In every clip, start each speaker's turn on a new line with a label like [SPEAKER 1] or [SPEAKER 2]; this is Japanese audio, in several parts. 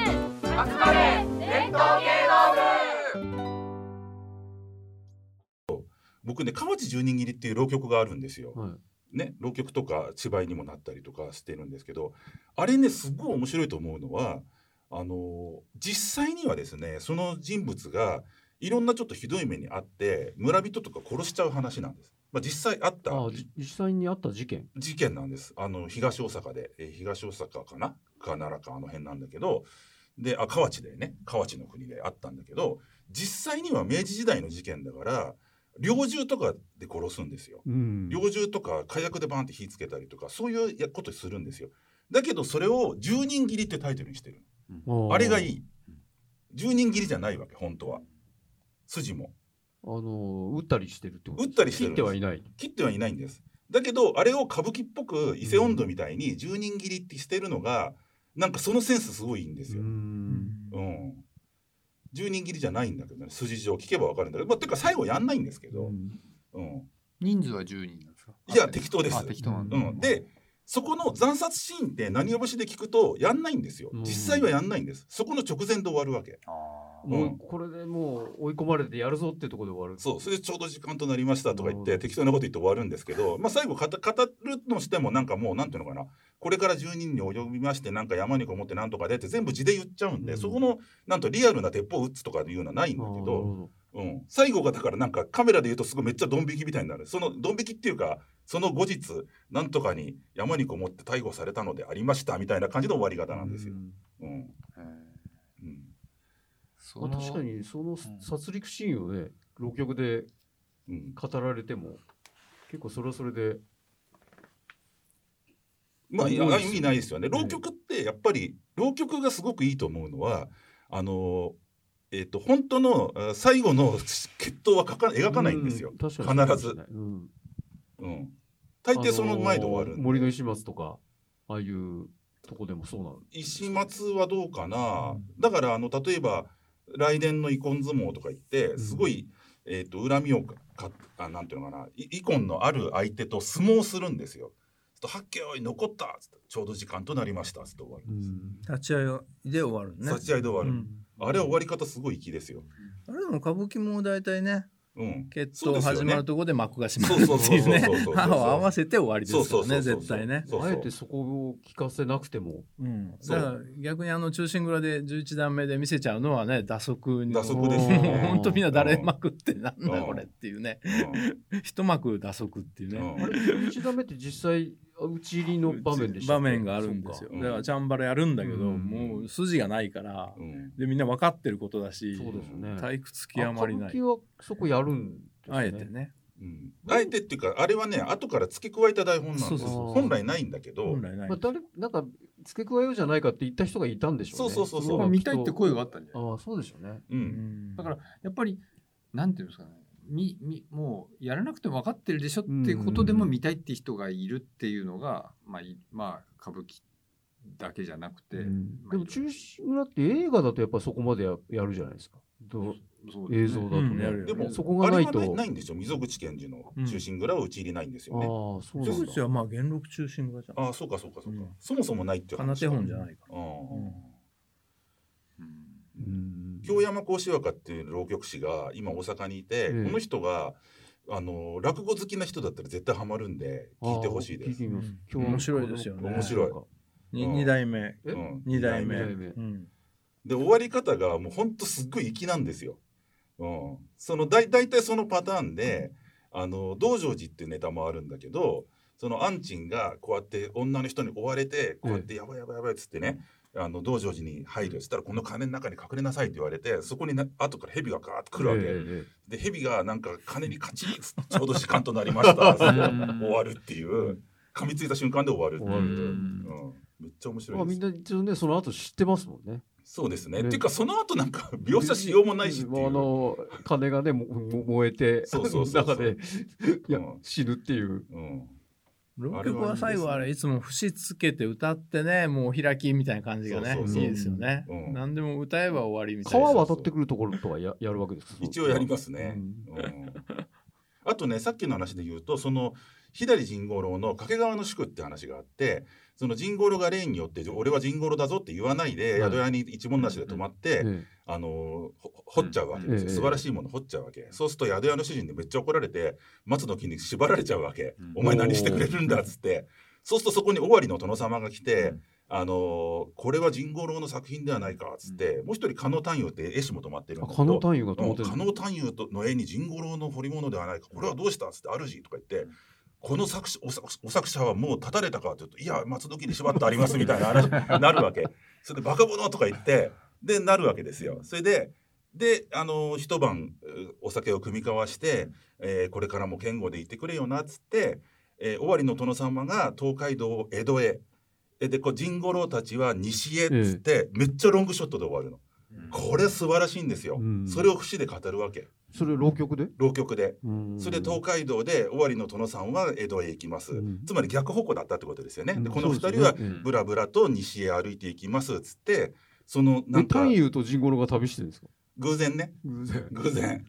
[SPEAKER 1] 集まれ伝統芸能部
[SPEAKER 2] 僕ね河内十人切りっていう浪曲があるんですよ。
[SPEAKER 3] はい
[SPEAKER 2] ね、浪曲とか芝居にもなったりとかしてるんですけどあれねすごい面白いと思うのはあの実際にはですねその人物がいろんなちょっとひどい目にあって村人とか殺しちゃう話なんです。まあ、実際あった
[SPEAKER 3] あじ実際にあった事件
[SPEAKER 2] 事件なんですあの東大阪で、えー東大阪かなか奈良かあの辺なんだけどであ河内でね河内の国であったんだけど実際には明治時代の事件だから猟銃とかで殺すんですよ。
[SPEAKER 3] うん
[SPEAKER 2] 猟銃とか火薬でバーンって火つけたりとかそういうやことするんですよ。だけどそれを「十人斬り」ってタイトルにしてるあれがい
[SPEAKER 3] い
[SPEAKER 2] い。十人斬りじゃないわけ本当は筋も
[SPEAKER 3] あの打ったりしてるってこと
[SPEAKER 2] 撃ったりしてるん
[SPEAKER 3] 切っ
[SPEAKER 2] です
[SPEAKER 3] てはいない
[SPEAKER 2] 切ってはいないんですだけどあれを歌舞伎っぽく伊勢音頭みたいに十人斬りってしてるのがなんかそのセンスすごいいいんですよ。
[SPEAKER 3] ん
[SPEAKER 2] うん十人斬りじゃないんだけどね筋上聞けばわかるんだけど、まあ、てか最後やんないんですけど、うん
[SPEAKER 4] 人数は10人なんですか
[SPEAKER 2] いや適当です
[SPEAKER 4] あ適当なん
[SPEAKER 2] う
[SPEAKER 4] だ、
[SPEAKER 2] ん、でそこの惨殺シーンって何を節で聞くとやんないんですよ
[SPEAKER 3] うん
[SPEAKER 2] 実際はやんないんですそこの直前で終わるわけ
[SPEAKER 4] あ
[SPEAKER 2] うん
[SPEAKER 3] もうこれでもう追い込まれてやるぞってところで終わる
[SPEAKER 2] そうそれでちょうど時間となりましたとか言っ
[SPEAKER 3] なるほ
[SPEAKER 2] て
[SPEAKER 3] ど
[SPEAKER 2] 適当なこと言って終わるんですけど、まあ、最後かた語るのしてもなんかもうなんていうのかなこれから10人に及びましてなんか山にこもってなんとかでって全部字で言っちゃうんで、
[SPEAKER 3] うん
[SPEAKER 2] そこのなんとリアルな鉄砲撃つとかいうのはないんだ
[SPEAKER 3] あー
[SPEAKER 2] け
[SPEAKER 3] なる
[SPEAKER 2] ど、
[SPEAKER 3] ほ
[SPEAKER 2] うん、最後がだからなんかカメラで言うとすごいめっちゃドン引きみたいになるそのドン引きっていうかその後日なんとかに山にこもって逮捕されたのでありましたみたいな感じの終わり方
[SPEAKER 3] ど
[SPEAKER 2] なんですよ。うん
[SPEAKER 4] あ、へえ
[SPEAKER 2] うん
[SPEAKER 4] そ
[SPEAKER 3] まあ
[SPEAKER 4] の
[SPEAKER 3] 確かにその
[SPEAKER 4] ん
[SPEAKER 3] 殺戮シーンをね浪曲で
[SPEAKER 2] うん
[SPEAKER 3] 語られても結構それはそれで
[SPEAKER 2] まあ、いや
[SPEAKER 3] 多いですよね
[SPEAKER 2] 意味ないですよね。浪曲ってやっぱり浪曲がすごくいいと思うのはあのえっ、と本当のあ最後の 決闘は描か描かないんですよ
[SPEAKER 3] う。確かに
[SPEAKER 2] 必ず
[SPEAKER 3] うん
[SPEAKER 2] うん、大抵その前で終わるん
[SPEAKER 3] あ
[SPEAKER 2] で、
[SPEAKER 3] のー森の石松とかああいうとこでもそうなの
[SPEAKER 2] 石松はどうかな、だからあの例えば「来年の遺恨相撲」とか言ってすごい、えー、と恨みをかかあなんていうのかない遺恨のある相手と相撲するんですよ。ちょっと「はっけよい残った」つってちょうど時間となりました」つって終わる。
[SPEAKER 5] 立ち会いで終わるね。
[SPEAKER 2] 立ち合いで終わる、
[SPEAKER 5] うん
[SPEAKER 2] あれは終わり方すごい粋ですよ。
[SPEAKER 5] あれでも歌舞伎も大体ね、
[SPEAKER 2] うん、
[SPEAKER 5] 決
[SPEAKER 2] そ
[SPEAKER 5] 闘
[SPEAKER 2] うですよね
[SPEAKER 5] 始まるところで幕が閉ま
[SPEAKER 2] そう
[SPEAKER 5] る
[SPEAKER 2] そう
[SPEAKER 5] って
[SPEAKER 2] そう
[SPEAKER 5] いう
[SPEAKER 2] そう
[SPEAKER 5] ね
[SPEAKER 2] そうそう。
[SPEAKER 5] 歯を合わせて終わりで
[SPEAKER 2] そう
[SPEAKER 5] すか
[SPEAKER 2] そう
[SPEAKER 5] ら
[SPEAKER 2] そ
[SPEAKER 5] ね、
[SPEAKER 2] うそう
[SPEAKER 5] 絶対ね。
[SPEAKER 2] そうそう
[SPEAKER 3] あえてそこを聞かせなくても
[SPEAKER 5] うん、
[SPEAKER 2] そう
[SPEAKER 5] だから逆にあの中心蔵で11段目で見せちゃうのはね打足に
[SPEAKER 2] 打足ですよね
[SPEAKER 5] もうほんとみんな誰まくってなんだこれっていうね一幕打足っていう
[SPEAKER 2] う
[SPEAKER 5] ね
[SPEAKER 2] ん
[SPEAKER 3] あれ11段目って実際打ち入りの場面でしたっ
[SPEAKER 5] 場
[SPEAKER 3] け
[SPEAKER 5] 面があるんですよ
[SPEAKER 2] そうか
[SPEAKER 5] だからチャンバラやるんだけど
[SPEAKER 3] うん
[SPEAKER 5] もう筋がないから
[SPEAKER 2] うんうん
[SPEAKER 5] でみんな分かってることだし
[SPEAKER 3] そうですよね
[SPEAKER 5] 退屈極まりな
[SPEAKER 3] あ
[SPEAKER 5] い
[SPEAKER 3] 歌舞伎はそこやるんですね
[SPEAKER 5] あえてね
[SPEAKER 2] うんあえてっていうかあれはね後から付け加えた台本なん
[SPEAKER 5] そ
[SPEAKER 2] で
[SPEAKER 5] う
[SPEAKER 2] す
[SPEAKER 5] そう
[SPEAKER 3] そう
[SPEAKER 2] 本来ないんだけど
[SPEAKER 5] 本来ない
[SPEAKER 3] まあ、誰なんか付け加えようじゃないかって言った人がいたんでしょうね
[SPEAKER 2] そうそうそうそう
[SPEAKER 3] れ
[SPEAKER 4] ま
[SPEAKER 3] はき
[SPEAKER 4] あ見たいって声があったんじゃない
[SPEAKER 3] ああそうでしょうね
[SPEAKER 5] う
[SPEAKER 2] う
[SPEAKER 5] んん
[SPEAKER 4] だからやっぱりなんていうんですかねみみもうやらなくても分かってるでしょってことでも見たいって人がいるっていうのが、まあ、いまあ歌舞伎だけじゃなくて、まあ
[SPEAKER 3] でも中止村って映画だとやっぱそこまでややるじゃないですかどう
[SPEAKER 4] そう
[SPEAKER 3] 映像だとね、
[SPEAKER 5] うんやるよ
[SPEAKER 2] でも
[SPEAKER 3] そこがないと
[SPEAKER 2] あれはないんですよ溝口健二の中心蔵は打ち入りないんですよね、
[SPEAKER 3] ああそうな
[SPEAKER 5] 瀬
[SPEAKER 3] ん
[SPEAKER 5] 口
[SPEAKER 3] だ
[SPEAKER 5] はまあ元禄中心蔵じゃ
[SPEAKER 2] あ
[SPEAKER 5] ん
[SPEAKER 2] あそうかそうかそうか、
[SPEAKER 5] うん
[SPEAKER 2] そもそもないっていう
[SPEAKER 5] かな
[SPEAKER 2] 話
[SPEAKER 5] 手
[SPEAKER 2] だ
[SPEAKER 5] 本じゃないか
[SPEAKER 2] うん
[SPEAKER 4] うん
[SPEAKER 3] うん
[SPEAKER 2] 京山幸志若っていう浪曲師が今大阪にいて、
[SPEAKER 3] ええ
[SPEAKER 2] この人があの落語好きな人だったら絶対ハマるんで聞いてほしいで
[SPEAKER 3] ああ聞い
[SPEAKER 2] す
[SPEAKER 3] てみます、
[SPEAKER 5] うん
[SPEAKER 3] 京山
[SPEAKER 5] 面白いですよね
[SPEAKER 2] 面白い
[SPEAKER 3] なんか
[SPEAKER 5] に
[SPEAKER 2] うん
[SPEAKER 5] 二代目
[SPEAKER 3] え
[SPEAKER 2] うん
[SPEAKER 5] 二代
[SPEAKER 3] 二
[SPEAKER 5] 目
[SPEAKER 3] 代目
[SPEAKER 5] うん
[SPEAKER 2] で終わり方がもうほんとすっごい粋なんですよ。うん、そのだい大体そのパターンであの道成寺っていうネタもあるんだけどそのアンチンがこうやって女の人に追われてこうやって「やばいやばいやばい」っつってね、あの道成寺に入るよっつったら「この金の中に隠れなさい」って言われてそこにな後から蛇がガーッと来るわけ、
[SPEAKER 3] え
[SPEAKER 2] で蛇がなんか金にカチッつってちょうど時間となりま したっつって終わるっていう噛みついた瞬間で終わるっていう、
[SPEAKER 3] 終わ
[SPEAKER 2] う
[SPEAKER 3] る
[SPEAKER 2] ん、めっちゃ面
[SPEAKER 3] えま
[SPEAKER 2] 白
[SPEAKER 3] あ
[SPEAKER 2] いで
[SPEAKER 3] み
[SPEAKER 2] す
[SPEAKER 3] ん。な一応ねその後知ってますもんね
[SPEAKER 2] そうですね。
[SPEAKER 3] ね
[SPEAKER 2] っていうかその後なんか 描写しようもないしって
[SPEAKER 3] ま
[SPEAKER 2] い
[SPEAKER 3] あ
[SPEAKER 2] う。
[SPEAKER 3] あの金がねもも燃えて
[SPEAKER 2] そうそうそうそう
[SPEAKER 3] 中でいや、
[SPEAKER 2] うん
[SPEAKER 3] 死ぬっていう
[SPEAKER 2] うん、
[SPEAKER 5] 浪曲は最後あ
[SPEAKER 2] あれはいいですね
[SPEAKER 5] れいつも節つけて歌ってねもう開きみたいな感じがね
[SPEAKER 2] そう
[SPEAKER 3] そうそう
[SPEAKER 5] いいですよね、
[SPEAKER 2] うん
[SPEAKER 5] 何でも歌えば終わりみたいな
[SPEAKER 3] 川渡ってくるところとはややるわけですか
[SPEAKER 2] 一応やり
[SPEAKER 3] す
[SPEAKER 2] ますね。 うんあとねさっきの話で言うとその左神五郎の掛川の宿って話があってそのジンゴロが例によって俺はジンゴロだぞって言わないで、
[SPEAKER 3] はい
[SPEAKER 2] 宿屋に一文なしで泊まって、
[SPEAKER 3] え
[SPEAKER 2] あのーほ掘っちゃうわけですよ、
[SPEAKER 3] ええ
[SPEAKER 2] 素晴らしいもの掘っちゃうわけ、そうすると宿屋の主人にめっちゃ怒られて松の木に縛られちゃうわけ、
[SPEAKER 4] うん
[SPEAKER 2] お前何してくれるんだっつってそうするとそこに尾張の殿様が来て、
[SPEAKER 4] うん
[SPEAKER 2] あのーこれは神五郎の作品ではないかっつって、もう一人狩野探幽って絵師も泊まってるん
[SPEAKER 3] あ
[SPEAKER 2] だけ
[SPEAKER 3] 狩野
[SPEAKER 2] ど
[SPEAKER 3] 探幽がと
[SPEAKER 2] う
[SPEAKER 3] 思
[SPEAKER 2] ん
[SPEAKER 3] ってる
[SPEAKER 2] 狩野探幽との絵に神五郎の彫り物ではないかこれはどうしたっつって主とか言って。この作者お作お作者はもう立たれたかって言うと「いや松の木に縛ってあります」みたいな話になる わけそれで「バカ者」とか言ってでなるわけですよ。それでであの一晩えーお酒を酌み交わして、えーこれからも堅固で行ってくれよなっつって、えー尾張の殿様が東海道を江戸へえでこう陣五郎たちは西へっつって、めっちゃロングショットで終わるのこれ素晴らしいんですよ、
[SPEAKER 3] うん
[SPEAKER 2] それを節で語るわけ
[SPEAKER 3] それ浪曲で
[SPEAKER 2] 浪曲で。
[SPEAKER 3] うん
[SPEAKER 2] それで東海道で尾張の殿さんは江戸へ行きます、
[SPEAKER 3] うん
[SPEAKER 2] つまり逆方向だったってことですよね、
[SPEAKER 3] うん
[SPEAKER 2] でこの二
[SPEAKER 3] そうで
[SPEAKER 2] 人
[SPEAKER 3] すね
[SPEAKER 2] は
[SPEAKER 3] ええ
[SPEAKER 2] ブラブラと西へ歩いていきますっつってそのな
[SPEAKER 3] え
[SPEAKER 2] んか
[SPEAKER 3] 探幽と人五郎が旅してるんですか
[SPEAKER 2] 偶然ね
[SPEAKER 3] 偶然
[SPEAKER 2] 偶然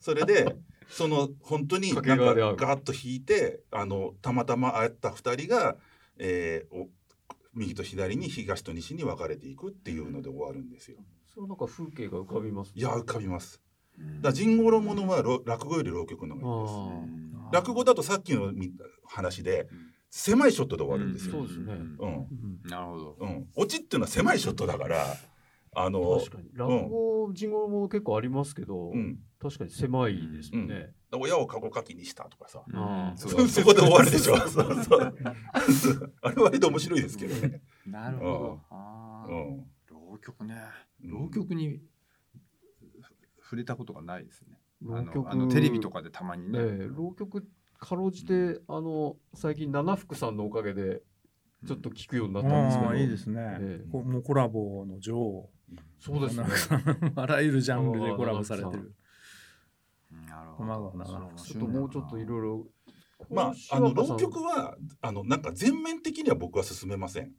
[SPEAKER 2] それ でその本当になんか
[SPEAKER 3] 掛川で会う
[SPEAKER 2] ガーッと引いてあのたまたま会った二人が、えーお右と左に東と西に分かれていくっていうので終わるんですよ。
[SPEAKER 3] そのなんか風景が浮かびます
[SPEAKER 2] いや浮かびます。
[SPEAKER 4] うん
[SPEAKER 2] だから神五郎ものはろ落語より浪曲の方がいいです。
[SPEAKER 3] あ
[SPEAKER 4] うん
[SPEAKER 2] 落語だとさっきのみ話で
[SPEAKER 4] うん
[SPEAKER 2] 狭いショットで終わるんですよ。
[SPEAKER 3] そうです
[SPEAKER 2] う
[SPEAKER 3] ね
[SPEAKER 2] ん
[SPEAKER 3] うん
[SPEAKER 4] なるほど。
[SPEAKER 2] うん、オチっていうのは狭いショットだからあの、
[SPEAKER 3] 確かに落語人五郎も結構ありますけど
[SPEAKER 2] うん、
[SPEAKER 3] 確かに狭いですよね
[SPEAKER 2] 親をカゴかきにしたとかさ、
[SPEAKER 3] あー
[SPEAKER 4] そ
[SPEAKER 2] そう
[SPEAKER 4] だ
[SPEAKER 2] そこで終わるでしょ。そうそう。 あれ割と面白いですけどね。
[SPEAKER 4] なるほど。あ
[SPEAKER 2] う
[SPEAKER 4] ー
[SPEAKER 2] ん。
[SPEAKER 4] 浪曲ね。
[SPEAKER 2] うん
[SPEAKER 4] 浪曲にふ触れたことがないですね。あ
[SPEAKER 3] 浪
[SPEAKER 4] の
[SPEAKER 3] 曲
[SPEAKER 4] あのテレビとかでたまにね。
[SPEAKER 3] ええ浪曲かろうじてあの最近七福さんのおかげで
[SPEAKER 4] うん
[SPEAKER 3] ちょっと聞くようになったんですけ
[SPEAKER 5] あ
[SPEAKER 3] ど
[SPEAKER 5] あいいですね。
[SPEAKER 3] ええ
[SPEAKER 5] こもうコラボの女王。
[SPEAKER 3] そうですね
[SPEAKER 5] あらゆるジャンルでコラボされてる。
[SPEAKER 4] なるほ
[SPEAKER 5] 卵
[SPEAKER 4] ど。
[SPEAKER 5] が
[SPEAKER 4] そ
[SPEAKER 3] ち
[SPEAKER 4] れ面
[SPEAKER 3] ょっと
[SPEAKER 4] 白いな
[SPEAKER 3] もうちょっといろいろ
[SPEAKER 2] まああの浪曲
[SPEAKER 3] は
[SPEAKER 2] はあのなんか全面的には僕は勧めません。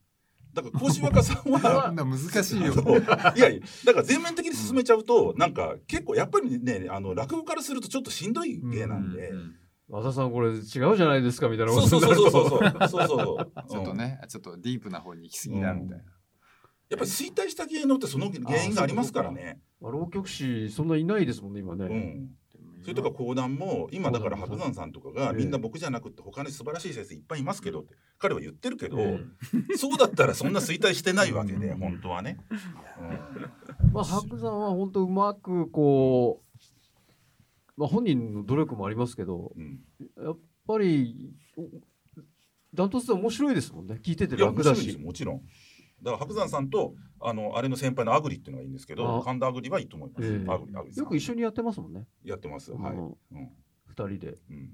[SPEAKER 2] だから甲子若さんは
[SPEAKER 4] そんな難しいよ。
[SPEAKER 2] そういやいやだから全面的に進めちゃうと、なんか結構やっぱりねあの落語からするとちょっとしんどい芸なんで、
[SPEAKER 4] うんうん
[SPEAKER 3] 和田さんこれ違うじゃないですかみたいなこ
[SPEAKER 2] そう
[SPEAKER 3] と
[SPEAKER 2] そう
[SPEAKER 3] になる
[SPEAKER 2] そうそうそうそ
[SPEAKER 3] と
[SPEAKER 2] うそうそう
[SPEAKER 4] ちょっとね、ちょっとディープな方に行き過ぎだみたいな。
[SPEAKER 2] やっぱり衰退した芸能ってその原因がありますからね
[SPEAKER 3] まあ浪曲師そんないないですもんね今ね、
[SPEAKER 2] うん
[SPEAKER 4] でも
[SPEAKER 2] それとか講談も今だから白山さんとかが
[SPEAKER 3] うん
[SPEAKER 2] みんな僕じゃなくて他に素晴らしい先生いっぱいいますけどって彼は言ってるけど、
[SPEAKER 3] うん
[SPEAKER 2] そうだったらそんな衰退してないわけで本当はね、
[SPEAKER 3] まあ白山は本当うまくこう、まあ、本人の努力もありますけど
[SPEAKER 2] うんうん
[SPEAKER 3] やっぱりおダントツで面白いですもんね聞いてて
[SPEAKER 2] いや面
[SPEAKER 3] 楽
[SPEAKER 2] 白
[SPEAKER 3] だ
[SPEAKER 2] いです
[SPEAKER 3] し
[SPEAKER 2] もちろんだから白山さんとあのあれの先輩のアグリっていうのがいいんですけど
[SPEAKER 3] あ
[SPEAKER 2] 神田アグリはいいと思います、
[SPEAKER 3] ええ
[SPEAKER 2] アグリアグリさん
[SPEAKER 3] よく一緒にやってますもんね、
[SPEAKER 2] やってます
[SPEAKER 3] あ
[SPEAKER 2] はい、
[SPEAKER 3] の
[SPEAKER 2] うん
[SPEAKER 3] 二人で
[SPEAKER 2] うん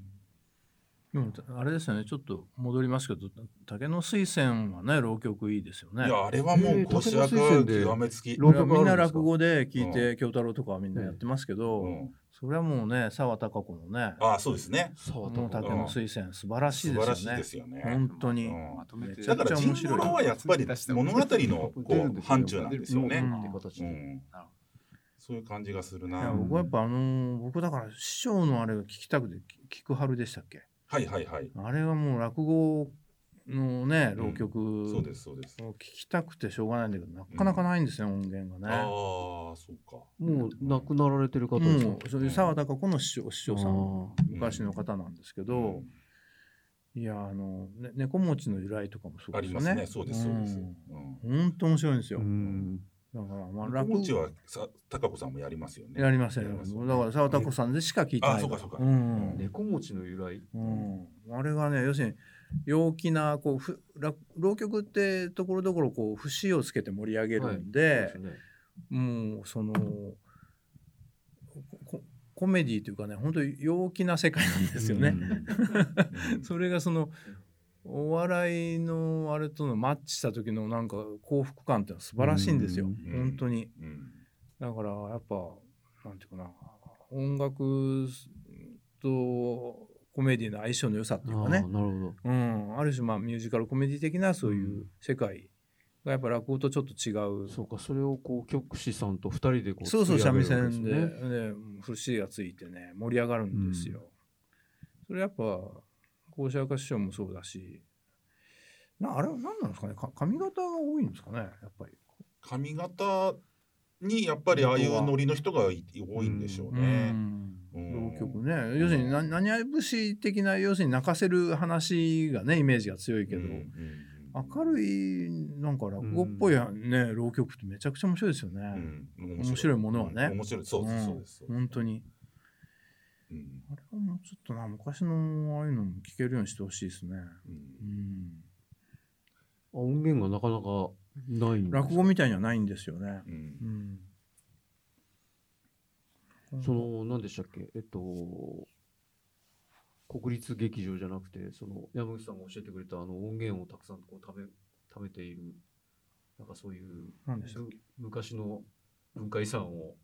[SPEAKER 5] うん、あれですよね。ちょっと戻りますけど、竹の水仙はね、浪曲いいですよね。
[SPEAKER 2] いやあれはもう甲子園が極めつき、
[SPEAKER 3] 浪曲あるんですか
[SPEAKER 5] みんな落語で聞いて、京太郎とかはみんなやってますけど、
[SPEAKER 2] うん、
[SPEAKER 5] それはもうね、沢たか子のね、
[SPEAKER 2] ああそうですね
[SPEAKER 3] 沢
[SPEAKER 5] もう
[SPEAKER 3] 田
[SPEAKER 5] 竹
[SPEAKER 3] 君
[SPEAKER 5] の水仙素晴らしい
[SPEAKER 2] 素
[SPEAKER 5] で
[SPEAKER 2] 晴ら
[SPEAKER 5] す
[SPEAKER 2] しい
[SPEAKER 5] よね
[SPEAKER 2] で。すよね、
[SPEAKER 5] 本当に。
[SPEAKER 2] うん
[SPEAKER 4] まとめて
[SPEAKER 2] だか
[SPEAKER 5] め
[SPEAKER 2] ら
[SPEAKER 5] ちゃめちゃ
[SPEAKER 2] 人
[SPEAKER 5] 面白い
[SPEAKER 2] 狼はやっぱり物語の こ
[SPEAKER 3] 出るん
[SPEAKER 2] う
[SPEAKER 3] ですよ
[SPEAKER 2] 範疇なんですよね。
[SPEAKER 3] って
[SPEAKER 2] う
[SPEAKER 3] 形で、
[SPEAKER 2] ん、そういう感じがする
[SPEAKER 5] いや
[SPEAKER 2] な。
[SPEAKER 5] 僕はやっぱあのー僕だから師匠のあれが聞きたくて聞く春でしたっけ
[SPEAKER 2] はいはいはい。
[SPEAKER 5] あれはもう落語のね浪曲
[SPEAKER 2] そうで
[SPEAKER 5] を
[SPEAKER 2] すそうです。
[SPEAKER 5] 聞きたくてしょうがないんだけどなかなかないんですね、音源が
[SPEAKER 2] ああ
[SPEAKER 5] ね。
[SPEAKER 2] そうか。
[SPEAKER 3] もう亡くなられてる方ですか、
[SPEAKER 5] もうそういう澤田か子の師匠師匠さん
[SPEAKER 3] あ
[SPEAKER 5] 昔の方なんですけ
[SPEAKER 2] う
[SPEAKER 5] ど、いやあの、ね、猫餅の由来とかもそ
[SPEAKER 2] あ
[SPEAKER 5] うで
[SPEAKER 2] り
[SPEAKER 5] す
[SPEAKER 2] ま
[SPEAKER 5] よね。
[SPEAKER 2] すね。そうですそうです。
[SPEAKER 5] ん
[SPEAKER 2] うん。
[SPEAKER 5] ほんと面白いんですよ。
[SPEAKER 3] ーうん
[SPEAKER 5] だからまあ
[SPEAKER 2] 落
[SPEAKER 5] 落
[SPEAKER 2] 語
[SPEAKER 5] 語
[SPEAKER 2] はさ高子さんもやりますよね。
[SPEAKER 5] やりません
[SPEAKER 2] やり
[SPEAKER 5] よ。
[SPEAKER 2] ます
[SPEAKER 5] だから澤田子さんでしか聞いてない
[SPEAKER 2] あそうかそうか
[SPEAKER 5] ん
[SPEAKER 3] 猫持ちの由来
[SPEAKER 5] うん、あれがね要するに陽気なこうふら浪曲ってところどころこう節をつけて盛り上げるんで、
[SPEAKER 3] ね
[SPEAKER 5] もうそのココメディというかね本当に陽気な世界なんですよ ね。
[SPEAKER 2] うん。
[SPEAKER 5] それがそのお笑いのあれとのマッチした時のなんか幸福感ってのは素晴らしいんですよ、
[SPEAKER 2] うん
[SPEAKER 5] 本当に。
[SPEAKER 2] うん
[SPEAKER 5] だからやっぱなんていうかな音楽とコメディの相性の良さっていうかね
[SPEAKER 3] あーなるほど
[SPEAKER 5] うん、ある種まあミュージカルコメディ的なそういう世界がやっぱ落語とちょっと違う、
[SPEAKER 3] そうか、それをこう曲師さんと二人でこう
[SPEAKER 5] そうそう三
[SPEAKER 3] 作り
[SPEAKER 5] 味
[SPEAKER 3] 上げるわけ
[SPEAKER 5] 線で、
[SPEAKER 3] す
[SPEAKER 5] ね
[SPEAKER 3] ね、
[SPEAKER 5] 節がついてね盛り上がるんですよ。それやっぱ校舎歌師匠もそうだしなあれは何なんですかねか髪型が多いんですかねやっぱり。
[SPEAKER 2] 髪型にやっぱりああいうノリの人がい多いんでしょうね。うん
[SPEAKER 5] 浪曲ね要するにな何々節的な要するに泣かせる話がねイメージが強いけど、明るいなんか落語っぽいね、浪曲ってめちゃくちゃ面白いですよね、
[SPEAKER 2] うん
[SPEAKER 5] 面白いものはね
[SPEAKER 2] うん面白いそうですそうです、
[SPEAKER 5] 本当に
[SPEAKER 2] うん
[SPEAKER 5] あれはもうちょっとな昔のああいうのも聞けるようにしてほしいですね、
[SPEAKER 2] う
[SPEAKER 5] うんん、
[SPEAKER 3] 音源がなかなかないんです
[SPEAKER 5] 落語みたいにはないんですよね、
[SPEAKER 2] う
[SPEAKER 5] う
[SPEAKER 2] ん
[SPEAKER 5] ん、
[SPEAKER 3] その何でしたっけえっと国立劇場じゃなくてその山口さんが教えてくれたあの音源をたくさんこう食べ食べているなんかそういう
[SPEAKER 5] 何でしたっけ
[SPEAKER 3] む昔の文化遺産を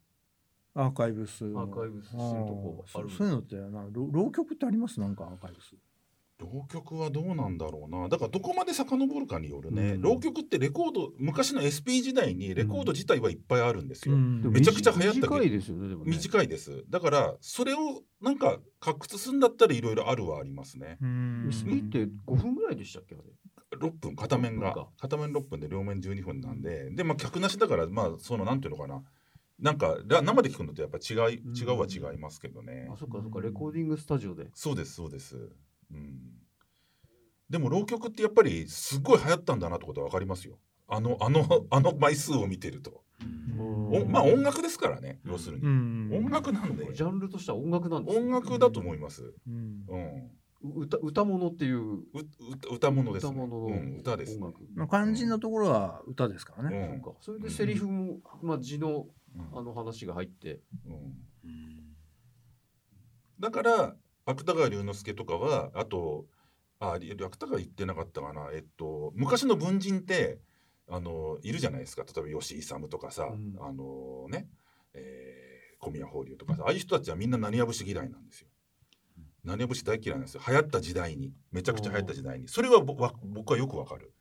[SPEAKER 5] アーカイブス
[SPEAKER 3] アーカイブスしてるとこ
[SPEAKER 5] あ
[SPEAKER 3] あ
[SPEAKER 5] ー
[SPEAKER 3] る
[SPEAKER 5] そそういうのってな浪浪曲ってありますなんかアーカイブス
[SPEAKER 2] 浪曲はどうなんだろうなだからどこまで遡るかによるね、
[SPEAKER 3] うん
[SPEAKER 2] 浪曲ってレコード昔の SP 時代にレコード自体はいっぱいあるんですよ、
[SPEAKER 3] でも
[SPEAKER 2] めちゃくちゃ流行ったけど
[SPEAKER 3] 短いですよねでもね
[SPEAKER 2] 短いですだからそれをなんか発掘するんだったらいろいろあるはありますね
[SPEAKER 5] うん
[SPEAKER 3] 薄切って5分ぐらいでしたっけあれ
[SPEAKER 2] 6分片面
[SPEAKER 3] そう
[SPEAKER 2] が
[SPEAKER 3] か
[SPEAKER 2] 片面6分で両面12分なんででまあ客なしだからまあそのなんていうのかななんから生で聞くのとやっぱ違い
[SPEAKER 3] うん
[SPEAKER 2] 違うは違いますけどね、
[SPEAKER 3] あそっかそっかレコーディングスタジオで
[SPEAKER 2] そうですそうですうんでも浪曲ってやっぱりすごい流行ったんだなってことは分かりますよあのあのあの枚数を見てるとおまあ音楽ですからね要する
[SPEAKER 5] う
[SPEAKER 2] に、
[SPEAKER 5] ん
[SPEAKER 2] 音楽なんで
[SPEAKER 3] ジャンルとしては音楽なんですね
[SPEAKER 2] 音楽だと思います
[SPEAKER 5] うん
[SPEAKER 2] うん
[SPEAKER 3] う歌歌物っていう
[SPEAKER 2] う歌歌物です、ね。
[SPEAKER 3] 歌物の
[SPEAKER 2] うん、歌です、ね。
[SPEAKER 3] 音楽
[SPEAKER 5] まあ、肝心なところは歌ですから
[SPEAKER 2] う
[SPEAKER 5] ね、
[SPEAKER 2] ん
[SPEAKER 3] そうかそれでセリフも、まあ、字のあの話が入って、
[SPEAKER 2] うんだから芥川龍之介とかはあとあり芥川言ってなかったかなえっと昔の文人ってあのいるじゃないですか例えば吉井勇とかさ、
[SPEAKER 3] うん
[SPEAKER 2] あのね、えー、小宮法隆とかさああいう人たちはみんな何や節嫌いなんですよ。何や節大嫌いなんですよ流行った時代にめちゃくちゃ流行った時代にそれはぼわ僕はよくわかる。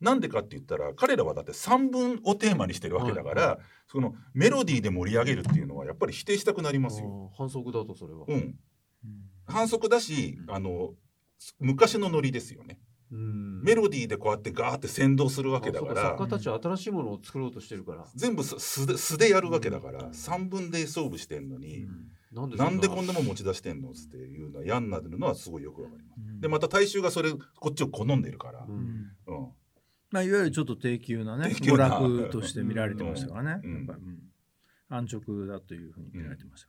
[SPEAKER 2] なんでかって言ったら彼らはだって散文をテーマにしてるわけだから、そのメロディーで盛り上げるっていうのはやっぱり否定したくなりますよ。
[SPEAKER 3] あー反則だとそれは。
[SPEAKER 2] うん、
[SPEAKER 5] うん
[SPEAKER 2] 反則だし、
[SPEAKER 4] うん
[SPEAKER 2] あの昔のノリですよねメロディーでこうやってガーって先導するわけだか
[SPEAKER 3] あそう
[SPEAKER 2] ら
[SPEAKER 3] 作家たちは新しいものを作ろうとしてるから、
[SPEAKER 2] 全部す素で素でやるわけだから、
[SPEAKER 4] うん
[SPEAKER 2] 三分で勝負してんのに、
[SPEAKER 3] なんで
[SPEAKER 2] なんでこん
[SPEAKER 3] な
[SPEAKER 2] なもん持ち出してんのっつっていうのは嫌になるのはすごいよくわかります。
[SPEAKER 5] うん
[SPEAKER 2] でまた大衆がそれこっちを好んでるから、
[SPEAKER 3] う
[SPEAKER 5] うんん
[SPEAKER 2] うん
[SPEAKER 5] まあ、いわゆるちょっと低級なね
[SPEAKER 2] 低級
[SPEAKER 5] 娯
[SPEAKER 2] な
[SPEAKER 5] 楽として見られてましたからね、
[SPEAKER 2] うん
[SPEAKER 5] やっぱりうん安直だというふうに見られてました